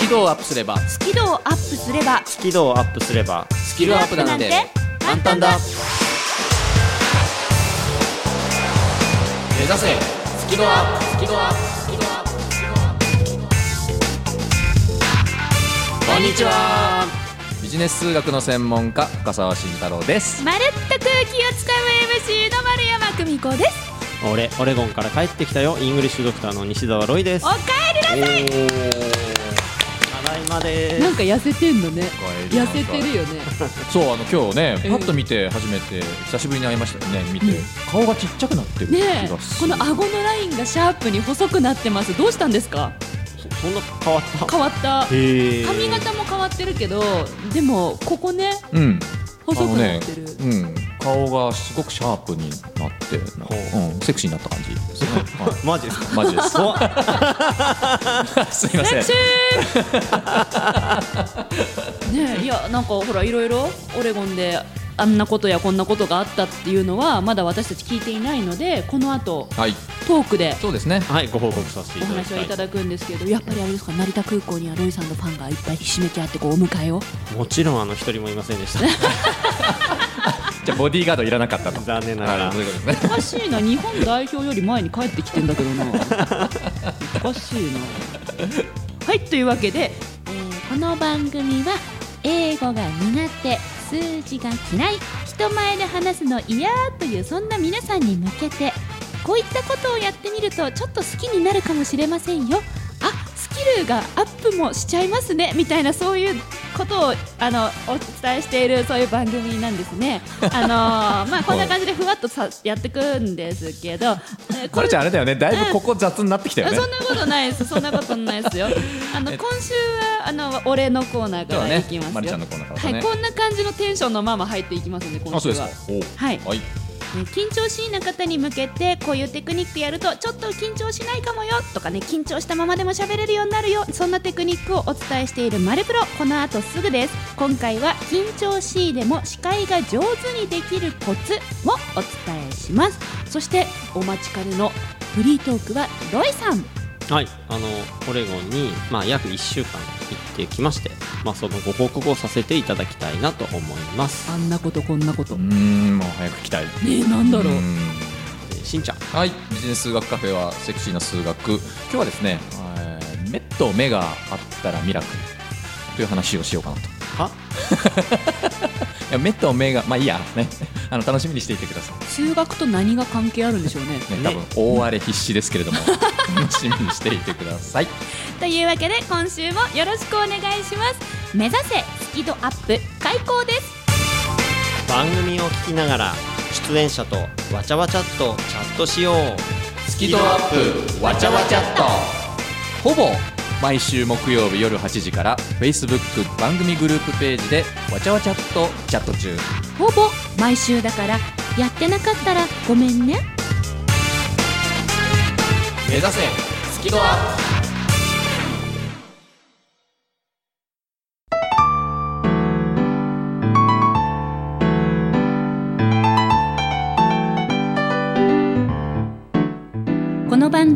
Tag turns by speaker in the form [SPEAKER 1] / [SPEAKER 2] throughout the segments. [SPEAKER 1] キ度をアップすれば
[SPEAKER 2] スキルをアップすれば
[SPEAKER 3] スキルをアップすれば
[SPEAKER 1] スキルアップなんて簡単だ目指せスキルアップスキルアップスキルアップスキルアップこんにちはビジネス数学の専門家深澤慎太郎です
[SPEAKER 2] まるっと空気をつかむ MC の丸山久美子です
[SPEAKER 3] 俺オレゴンから帰ってきたよイングリッシュドクターの西澤ロイです
[SPEAKER 2] おかえりな
[SPEAKER 3] お
[SPEAKER 2] さい
[SPEAKER 3] ーただいまで
[SPEAKER 4] なん
[SPEAKER 3] す
[SPEAKER 4] か痩せてんのね
[SPEAKER 1] お帰り
[SPEAKER 4] 痩せてるよね
[SPEAKER 1] そうあの今日ね
[SPEAKER 4] うん
[SPEAKER 1] パッと見て初めて久しぶりに会いましたよね見て顔がちっちゃくなってる気
[SPEAKER 4] ねえ
[SPEAKER 1] がす
[SPEAKER 4] こ
[SPEAKER 1] る
[SPEAKER 4] の顎のラインがシャープに細くなってますどうしたんですか
[SPEAKER 3] そそんな変わった
[SPEAKER 4] 変わった
[SPEAKER 3] へえ
[SPEAKER 4] 髪型も変わってるけどでもここね
[SPEAKER 1] うん
[SPEAKER 4] 細くなってる、
[SPEAKER 1] あのねうん、顔がすごくシャープになって、うん、セクシーになった感じですね、はい
[SPEAKER 3] マジですか
[SPEAKER 1] マジです。
[SPEAKER 3] 怖っ
[SPEAKER 1] すいません。
[SPEAKER 4] セクシー ねえいやなんかほらいろいろオレゴンであんなことやこんなことがあったっていうのはまだ私たち聞いていないのでこの後
[SPEAKER 1] はい、
[SPEAKER 4] トークで
[SPEAKER 1] そうですね。
[SPEAKER 3] はいご報告させてい
[SPEAKER 4] お
[SPEAKER 3] ただき
[SPEAKER 4] 話
[SPEAKER 3] た
[SPEAKER 4] を
[SPEAKER 3] い
[SPEAKER 4] いただくんですけどやっぱりあれですか成田空港にはロイさんのファンがいっぱいひしめき合ってこうお迎えを
[SPEAKER 3] もちろんあの一人もいません でした
[SPEAKER 1] じゃあボディーガードいらなかったと。
[SPEAKER 3] 残念なが
[SPEAKER 1] は
[SPEAKER 3] ら
[SPEAKER 1] い、そういうことです
[SPEAKER 4] お
[SPEAKER 1] ね。
[SPEAKER 4] かしいな日本代表より前に帰ってきてんだけどなおかしいなはいというわけで
[SPEAKER 2] えーこの番組は英語が苦手数字が嫌い人前で話すの嫌というそんな皆さんに向けてこういったことをやってみるとちょっと好きになるかもしれませんよあスキルがアップもしちゃいますねみたいなそういうことをあのお伝えしているそういう番組なんですね。あのーまあ、こんな感じでふわっとさやってくんですけ ど、えー
[SPEAKER 1] これじゃああれだよね。だいぶここ雑になってきたよ
[SPEAKER 2] あ
[SPEAKER 1] ね
[SPEAKER 2] そ。んなことないです。そんなことない ですよ。あの
[SPEAKER 1] え
[SPEAKER 2] 今週はあの俺のコーナー
[SPEAKER 1] で
[SPEAKER 2] か
[SPEAKER 1] は
[SPEAKER 2] ら
[SPEAKER 1] ね
[SPEAKER 2] いきま、す
[SPEAKER 1] マリちゃ
[SPEAKER 2] よ。
[SPEAKER 1] んのコーナーか
[SPEAKER 2] は
[SPEAKER 1] ら
[SPEAKER 2] い、
[SPEAKER 1] ね。
[SPEAKER 2] こんな感じのテンションのまま入っていきますんで、今
[SPEAKER 1] あ、そう
[SPEAKER 2] 週
[SPEAKER 1] です
[SPEAKER 2] は
[SPEAKER 1] か。。おう
[SPEAKER 2] はい、
[SPEAKER 1] はい。
[SPEAKER 2] ね緊張しいな方に向けてこういうテクニックやるとちょっと緊張しないかもよとかね緊張したままでも喋れるようになるよそんなテクニックをお伝えしている「マルプロ」この後すぐです今回は緊張しいでも司会が上手にできるコツをお伝えしますそしてお待ちかねのフリートークはロイさん
[SPEAKER 3] はい、あのオレゴンに、まあ、約1週間行ってきまして、まあ、そのご報告をさせていただきたいなと思います
[SPEAKER 4] あんなことこんなこと
[SPEAKER 1] うー
[SPEAKER 4] ね
[SPEAKER 1] ん、もう早く来たい。
[SPEAKER 4] えなんだろう
[SPEAKER 1] ーん
[SPEAKER 3] えーしんちゃん
[SPEAKER 1] はい、ビジネス数学カフェはセクシーな数学。今日はですね、えー目と目があったらミラクルという話をしようかなと。
[SPEAKER 3] は、
[SPEAKER 1] いや目と目がまあいいやね あの楽しみにしていてください
[SPEAKER 4] 数学と何が関係あるんでしょうね
[SPEAKER 1] ね
[SPEAKER 3] ね
[SPEAKER 1] 多分大荒れ必死ですけれど も楽しみにしていてください
[SPEAKER 2] というわけで今週もよろしくお願いします目指せスキドアップ開講です
[SPEAKER 3] 番組を聞きながら出演者とわちゃわちゃっとチャットしよう
[SPEAKER 1] ス
[SPEAKER 3] キドアップわちゃわちゃっ
[SPEAKER 1] とほぼ毎週木曜日夜8時から Facebook 番組グループページでわちゃわちゃっとチャット中
[SPEAKER 2] ほぼ毎週だからやってなかったらごめんね
[SPEAKER 1] 目指せスキドアップ
[SPEAKER 2] この番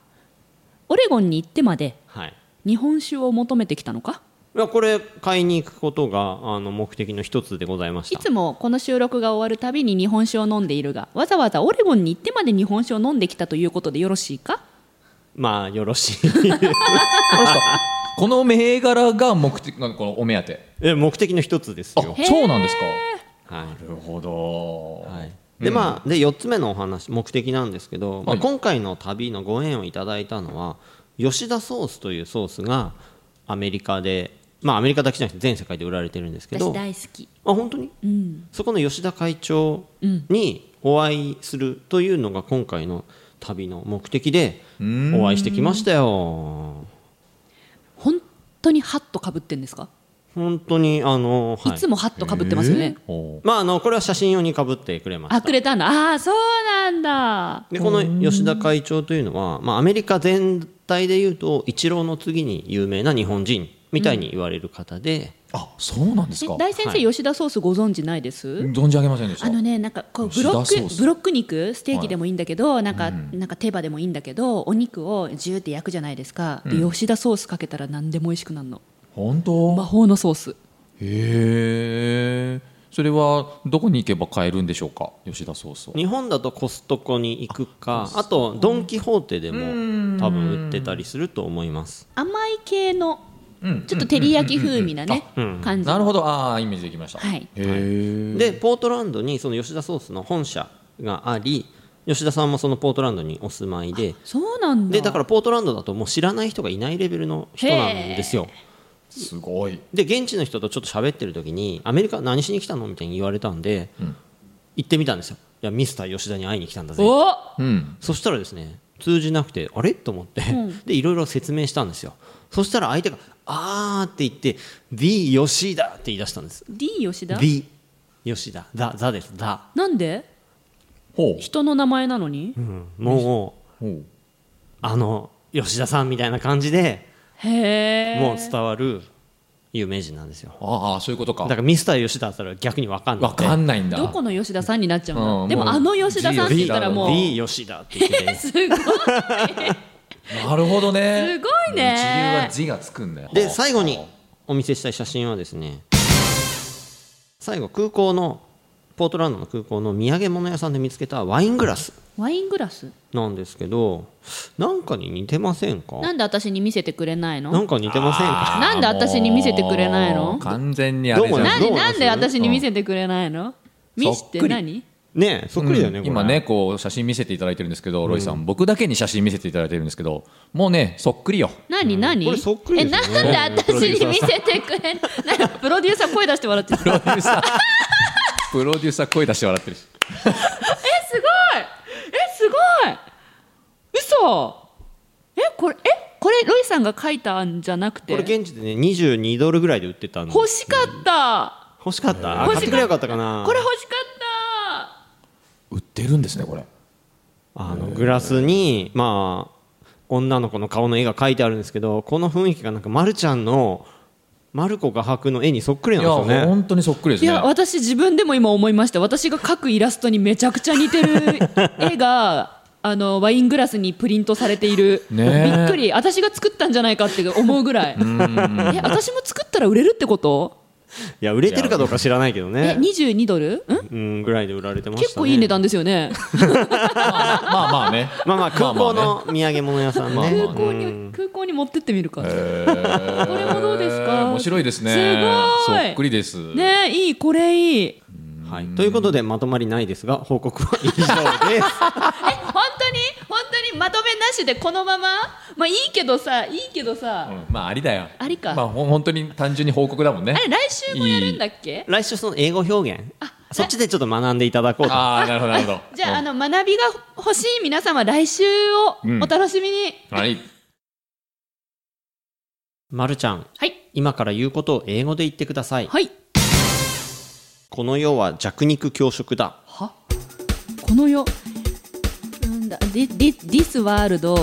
[SPEAKER 5] オレゴンに行ってまで
[SPEAKER 3] はい
[SPEAKER 2] 日本酒を求めてきたのか
[SPEAKER 3] いやこれ買いに行くことがあの目的の一つでございまし
[SPEAKER 5] い
[SPEAKER 3] た
[SPEAKER 5] つもこの収録が終わるたびに日本酒を飲んでいるがわざわざオレゴンに行ってまで日本酒を飲んできたということでよろしいか
[SPEAKER 3] まあよろし い
[SPEAKER 1] うこの銘柄が目的なんかこのお目当て
[SPEAKER 3] え目的の一つです
[SPEAKER 1] あ
[SPEAKER 3] よ
[SPEAKER 1] そうなんですか
[SPEAKER 3] は
[SPEAKER 1] なるほど、
[SPEAKER 3] い、はい、でまあで4つ目のお話目的なんですけど、ま
[SPEAKER 1] は
[SPEAKER 3] あ、
[SPEAKER 1] い
[SPEAKER 3] 今回の旅のご縁をいただいたのは吉田ソースというソースがアメリカでまあアメリカだけじゃなくて全世界で売られてるんですけど
[SPEAKER 5] 私大好き
[SPEAKER 3] あ本当に、そこの吉田会長にお会いするというのが今回の旅の目的でお会いしてきましたよ
[SPEAKER 2] 本当にハットかぶってんですか、
[SPEAKER 3] 本当にあの、はい
[SPEAKER 2] い、つもハットかぶってますよね、
[SPEAKER 1] ほ
[SPEAKER 3] まああのこれは写真用にかぶってくれまし
[SPEAKER 2] あ
[SPEAKER 3] た
[SPEAKER 2] くれたんだああそうなんだ
[SPEAKER 3] でこの吉田会長というのは、まあ、アメリカ全体でいうとイチローの次に有名な日本人みたいに言われる方で、
[SPEAKER 1] うあそうなんですか
[SPEAKER 2] え大先生、
[SPEAKER 3] はい
[SPEAKER 2] 吉田ソースご存知ないです、
[SPEAKER 1] 存じ上げませんでした
[SPEAKER 5] あのねなんかこうブ
[SPEAKER 1] 吉田
[SPEAKER 5] ロ
[SPEAKER 1] ソ
[SPEAKER 5] ッ
[SPEAKER 1] ー
[SPEAKER 5] ク
[SPEAKER 1] ス
[SPEAKER 5] ブロック肉ステーキでもいいんだけど、なんか、なんか手羽でもいいんだけどお肉をジューって焼くじゃないですか、で
[SPEAKER 2] 吉田ソースかけたら何でも美味しくなるの
[SPEAKER 1] 本当、
[SPEAKER 2] 魔法のソース
[SPEAKER 1] へえそれはどこに行けば買えるんでしょうか吉田ソースは
[SPEAKER 3] 日本だとコストコに行くかあとドン・キホーテでも多分売ってたりすると思います
[SPEAKER 5] 甘い系の
[SPEAKER 1] うん
[SPEAKER 5] ちょっと照り焼き風味なね、感じ
[SPEAKER 1] なるほどああイメージできました、
[SPEAKER 5] はい
[SPEAKER 1] へえ
[SPEAKER 3] でポートランドにその吉田ソースの本社があり吉田さんもそのポートランドにお住まいで
[SPEAKER 2] そうなんだ
[SPEAKER 3] でだからポートランドだともう知らない人がいないレベルの人なんですよ
[SPEAKER 1] すごい
[SPEAKER 3] で現地の人とちょっと喋ってる時に「アメリカ何しに来たの?」みたいに言われたんで、行ってみたんですよ「いやミスター吉田に会いに来たんだぜ」
[SPEAKER 2] お
[SPEAKER 1] うん
[SPEAKER 3] そしたらですね通じなくてあれと思って、でいろいろ説明したんですよそしたら相手が「あー」って言って「The 吉田」って言い出したんです
[SPEAKER 2] D 吉田
[SPEAKER 3] The 吉田「ザ」「ザ」です「ザ」
[SPEAKER 2] なんで
[SPEAKER 1] ほう
[SPEAKER 2] 人の名前なのに、
[SPEAKER 3] もう
[SPEAKER 1] ほう
[SPEAKER 3] あの吉田さんみたいな感じで
[SPEAKER 2] へえ
[SPEAKER 3] もう伝わる有名人なんですよ
[SPEAKER 1] ああそういうことか
[SPEAKER 3] だからミスター吉田だったら逆に分かんない
[SPEAKER 1] わかんないんだ
[SPEAKER 2] どこの吉田さんになっちゃう
[SPEAKER 1] う
[SPEAKER 2] の
[SPEAKER 1] ん
[SPEAKER 2] でも
[SPEAKER 1] もう
[SPEAKER 2] あの吉田さんって言ったらもう
[SPEAKER 3] D 吉田って言っ て
[SPEAKER 2] すごい
[SPEAKER 1] なるほど
[SPEAKER 2] す
[SPEAKER 1] ね
[SPEAKER 2] ごい
[SPEAKER 1] 自由は
[SPEAKER 2] ね
[SPEAKER 1] 字がつくんだよ
[SPEAKER 3] で最後にお見せしたい写真はですね最後空港のポートランドの空港の土産物屋さんで見つけたワイングラス
[SPEAKER 2] ワイングラス
[SPEAKER 3] なんですけどなんかに似てませんか
[SPEAKER 2] なんで私に見せてくれない
[SPEAKER 3] な
[SPEAKER 2] の
[SPEAKER 3] んか似てませんか
[SPEAKER 2] なんで私に見せてくれないの
[SPEAKER 1] もう完全にあれじゃ
[SPEAKER 3] どうも
[SPEAKER 2] なんんで
[SPEAKER 3] どう
[SPEAKER 2] なんで
[SPEAKER 3] なんです
[SPEAKER 2] 私に見せてくれないの見せて
[SPEAKER 1] そっくり
[SPEAKER 2] 何
[SPEAKER 3] ねえそっくりだよね、
[SPEAKER 1] うん
[SPEAKER 3] これ
[SPEAKER 1] 今ねこう写真見せていただいてるんですけどロイさん僕だけに写真見せていただいてるんですけどもうねそっくり よ
[SPEAKER 2] 何何
[SPEAKER 3] これそっくり
[SPEAKER 2] え
[SPEAKER 3] です
[SPEAKER 2] な
[SPEAKER 3] よ
[SPEAKER 2] ん
[SPEAKER 3] ね
[SPEAKER 2] で私に見せてくれない なんかプロデューサー声出して笑ってる
[SPEAKER 1] プロデューサープロデューサー声出して笑ってるし
[SPEAKER 2] えすごいえすごい嘘えこれえこれロイさんが書いたんじゃなくて
[SPEAKER 3] これ現地でね22ドルぐらいで売ってたんで
[SPEAKER 2] 欲しかった
[SPEAKER 3] 欲しかったあ
[SPEAKER 2] 欲しかった
[SPEAKER 3] 買ってくればよかったかな
[SPEAKER 2] これ欲しかった
[SPEAKER 1] 売ってるんですねこれ
[SPEAKER 3] あのグラスにまあ女の子の顔の絵が描いてあるんですけどこの雰囲気がなんかまるちゃんのまる子画伯の絵にそっくり
[SPEAKER 1] い
[SPEAKER 3] なん
[SPEAKER 1] や
[SPEAKER 3] ですよね
[SPEAKER 1] 本当にそっくりです
[SPEAKER 2] い
[SPEAKER 1] ね
[SPEAKER 2] や私自分でも今思いました私が描くイラストにめちゃくちゃ似てる絵があのワイングラスにプリントされている、
[SPEAKER 1] ねえ
[SPEAKER 2] びっくり私が作ったんじゃないかって思うぐらいえ私も作ったら売れるってこと
[SPEAKER 3] いや売れてるかどうか知らないけど
[SPEAKER 2] え
[SPEAKER 3] ね
[SPEAKER 2] 22ドルん
[SPEAKER 3] うんぐらいで売られてましたね
[SPEAKER 2] 結構いい値段ですよね
[SPEAKER 1] まあまあね
[SPEAKER 3] まあまあ空港
[SPEAKER 1] まあま
[SPEAKER 3] の土産物屋さん
[SPEAKER 1] まあまあ
[SPEAKER 3] ね
[SPEAKER 1] ね
[SPEAKER 2] 空港に空港に持ってってみるか、
[SPEAKER 1] あね
[SPEAKER 2] これもどうですか
[SPEAKER 1] 面白いですね
[SPEAKER 2] すごい
[SPEAKER 1] そっくりです
[SPEAKER 2] ねえいいこれいい
[SPEAKER 3] はいということでまとまりないですが報告は以上 で
[SPEAKER 2] え
[SPEAKER 3] す
[SPEAKER 2] 本当に本当にまとめなしでこのまままあいいけどさいいけどさ、
[SPEAKER 1] うんまあありだよ
[SPEAKER 2] ありか
[SPEAKER 1] まあほん本当に単純に報告だもんね
[SPEAKER 2] あれ来週もやるんだっけ
[SPEAKER 3] 来週その英語表現そっちでちょっと学んでいただこうと
[SPEAKER 1] ああなるほどなるほど
[SPEAKER 2] じゃああの学びが欲しい皆様来週を
[SPEAKER 1] うん
[SPEAKER 2] お楽しみに、
[SPEAKER 1] うんはい
[SPEAKER 3] まるちゃん
[SPEAKER 2] はい
[SPEAKER 3] 今から言うことを英語で言ってください
[SPEAKER 2] はい
[SPEAKER 3] この世は弱肉強食だ
[SPEAKER 2] はこの世なんだ Thi- thi- This world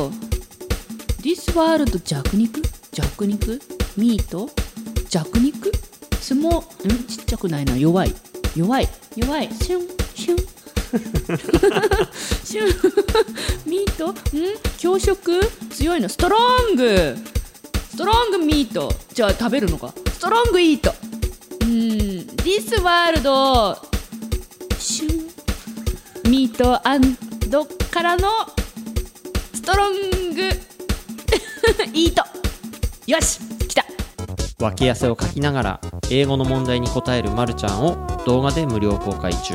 [SPEAKER 2] This world 弱肉弱肉ミート弱肉スモんちっちゃくないな弱い弱い弱いシュンシュン シュンミートん強食強いのストロングストロングミートじゃあ食べるのかストロングイートうん This world シュンミートアンドからのストロング イートよし来た
[SPEAKER 3] 脇汗をかきながら英語の問題に答えるまるちゃんを動画で無料公開中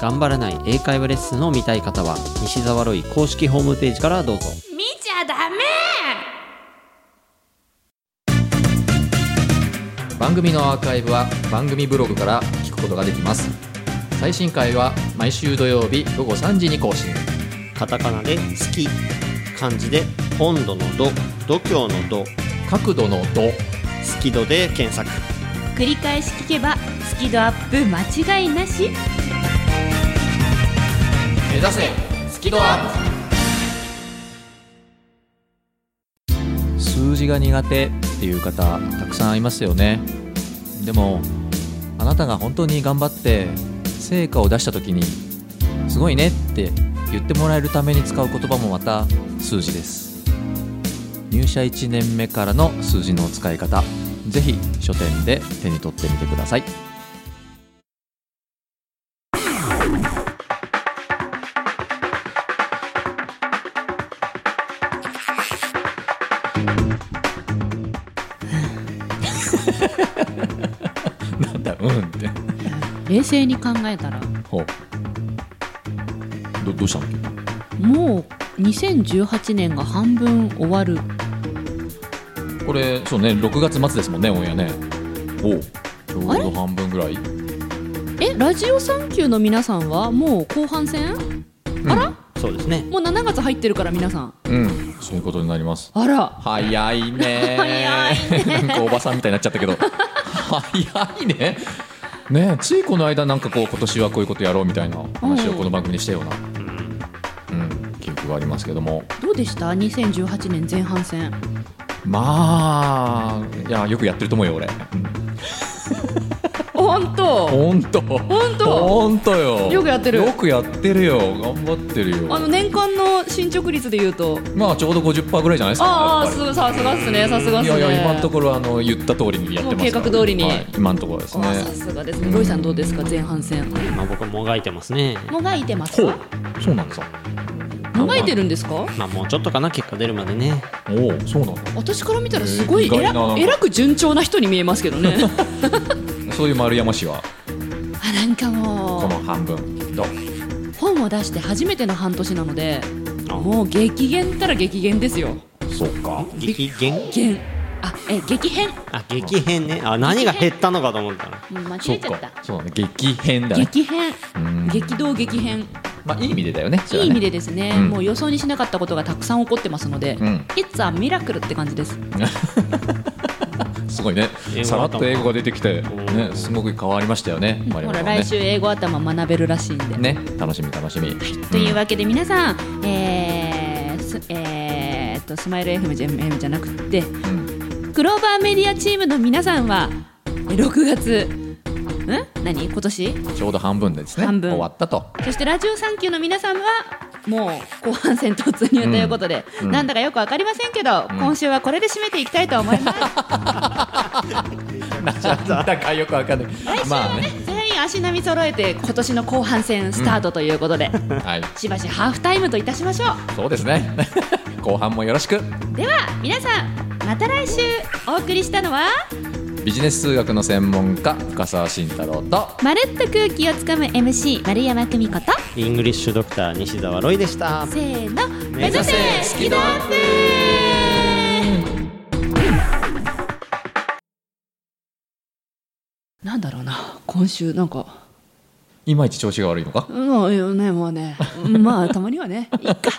[SPEAKER 3] 頑張らない英会話レッスンを見たい方は西沢ロイ公式ホームページからどうぞ
[SPEAKER 2] 見ちゃダメ
[SPEAKER 1] 番組のアーカイブは番組ブログから聞くことができます最新回は毎週土曜日午後3時に更新
[SPEAKER 3] カタカナで「好き」漢字で「温度の度」「度胸の度」
[SPEAKER 1] 角度の度
[SPEAKER 3] 「好き度」で検索
[SPEAKER 5] 繰り返し聞けばスキドアップ間違いなし
[SPEAKER 1] 目指せスキドアップ数字が苦手っていう方たくさんいますよねでもあなたが本当に頑張って成果を出した時に「すごいね」って言ってもらえるために使う言葉もまた数字です入社1年目からの数字の使い方ぜひ書店で手に取ってみてくださいなんだうんって
[SPEAKER 2] 冷静に考えたら
[SPEAKER 1] ほうどどうしたの
[SPEAKER 2] もう2018年が半分終わる
[SPEAKER 1] これそうね6月末ですもんねオンエアねおうちょう
[SPEAKER 2] あ
[SPEAKER 1] ど半分ぐらい
[SPEAKER 2] えラジオサンキューの皆さんはもう後半戦あら
[SPEAKER 3] そうですね
[SPEAKER 2] もう7月入ってるから皆さん
[SPEAKER 1] うんそういうことになります
[SPEAKER 2] あら
[SPEAKER 1] 早いね
[SPEAKER 2] 早
[SPEAKER 1] いね なんかおばさんみたいになっちゃったけど早いねねえついこの間なんかこう今年はこういうことやろうみたいな話をこの番組にしたようなうん記憶がありますけども
[SPEAKER 2] どうでした2018年前半戦
[SPEAKER 1] まあいやよくやってると思うよ俺
[SPEAKER 2] 本当
[SPEAKER 1] 本当
[SPEAKER 2] 本当
[SPEAKER 1] 本当よ
[SPEAKER 2] よくやってる
[SPEAKER 1] よくやってるよ頑張ってるよ
[SPEAKER 2] あの年間の進捗率で言うと
[SPEAKER 1] まあちょうど50%ぐらいじゃないですか
[SPEAKER 2] あ
[SPEAKER 1] や
[SPEAKER 2] あ
[SPEAKER 1] っぱり
[SPEAKER 2] すぐさすがっすねさすがっ
[SPEAKER 1] い
[SPEAKER 2] す
[SPEAKER 1] や
[SPEAKER 2] ね
[SPEAKER 1] いや今のところあの言った通りにやってますから
[SPEAKER 2] もう計画通りに
[SPEAKER 1] はい今のところですね
[SPEAKER 2] あさすがですねロイさんどうですか前半戦
[SPEAKER 3] まあ、僕はもがいてますね。
[SPEAKER 2] もがいてます
[SPEAKER 1] ほ
[SPEAKER 2] か
[SPEAKER 1] うそうなんですか
[SPEAKER 2] もがいてるんですか
[SPEAKER 3] まあ、もうちょっとかな、結果出るまでね。
[SPEAKER 1] おおそうなん
[SPEAKER 2] 私から見たらすごい
[SPEAKER 1] えー
[SPEAKER 2] え
[SPEAKER 1] 意外なな
[SPEAKER 2] ら
[SPEAKER 1] んか
[SPEAKER 2] えらく順調な人に見えますけど ね
[SPEAKER 1] だそういう丸山氏は
[SPEAKER 2] あなんかも
[SPEAKER 1] こ
[SPEAKER 2] う
[SPEAKER 1] の半分どう
[SPEAKER 2] 本を出して初めての半年なので
[SPEAKER 3] あ
[SPEAKER 2] もう激減たら激減ですよ
[SPEAKER 1] そうか
[SPEAKER 3] 激減
[SPEAKER 2] 減あえ激変
[SPEAKER 3] あ、激変ね。あ、何が減ったのかと思ったら。
[SPEAKER 2] もう間違
[SPEAKER 1] そ
[SPEAKER 2] え
[SPEAKER 1] う
[SPEAKER 2] ちゃっ
[SPEAKER 1] か
[SPEAKER 2] た
[SPEAKER 1] そうだね激変だね
[SPEAKER 2] 激変
[SPEAKER 1] うん
[SPEAKER 2] 激動激変
[SPEAKER 1] まあいい意味でだよねそれ
[SPEAKER 2] い
[SPEAKER 1] はいね
[SPEAKER 2] 意味でですね、
[SPEAKER 1] うん
[SPEAKER 2] もう予想にしなかったことがたくさん起こってますので、
[SPEAKER 1] うん
[SPEAKER 2] It's a miracle って感じです。
[SPEAKER 1] すごいね
[SPEAKER 3] 英語頭
[SPEAKER 1] さらっと英語が出てきて
[SPEAKER 3] ん
[SPEAKER 1] ねすごく変わりましたよね
[SPEAKER 2] ほ
[SPEAKER 1] 丸山
[SPEAKER 2] ら、
[SPEAKER 1] さんね
[SPEAKER 2] 来週英語頭学べるらしいんで。
[SPEAKER 1] ね楽しみ楽しみ
[SPEAKER 2] というわけで皆さん、えーすえーっとスマイル FMJM じゃなくて
[SPEAKER 1] うん
[SPEAKER 2] クローバーメディアチームの皆さんはえ6月ん何今年
[SPEAKER 1] ちょうど半分ですね
[SPEAKER 2] 半分
[SPEAKER 1] 終わった と
[SPEAKER 2] そしてラジオサンキューの皆さんはもう後半戦突入ということで、
[SPEAKER 1] うん
[SPEAKER 2] なんだかよくわかりませんけど、今週はこれで締めていきたいと思います。
[SPEAKER 1] なんだかよくわかんないまあね
[SPEAKER 2] 全員足並み揃えて今年の後半戦スタートということで、
[SPEAKER 1] はい
[SPEAKER 2] しばしハーフタイムといたしましょ
[SPEAKER 1] そうですね 後半もよろしく
[SPEAKER 2] うでは皆さんまた来週お送りしたのは
[SPEAKER 1] ビジネス数学の専門家深澤慎太郎と
[SPEAKER 2] 「まるっと空気をつかむ MC 丸山久美子」と
[SPEAKER 3] イングリッシュドクター西澤ロイでした。
[SPEAKER 2] せーの目
[SPEAKER 3] 目
[SPEAKER 2] 指
[SPEAKER 3] 指
[SPEAKER 2] せ
[SPEAKER 3] せ
[SPEAKER 2] ス
[SPEAKER 3] ス
[SPEAKER 2] キ
[SPEAKER 3] キ
[SPEAKER 2] ド
[SPEAKER 3] ド
[SPEAKER 2] ア
[SPEAKER 3] ア
[SPEAKER 2] ッ
[SPEAKER 3] ッ
[SPEAKER 2] プなんだろうな今週なんか
[SPEAKER 1] いまいち調子が悪いのか
[SPEAKER 2] もういやねもうねまあたまにはねいっか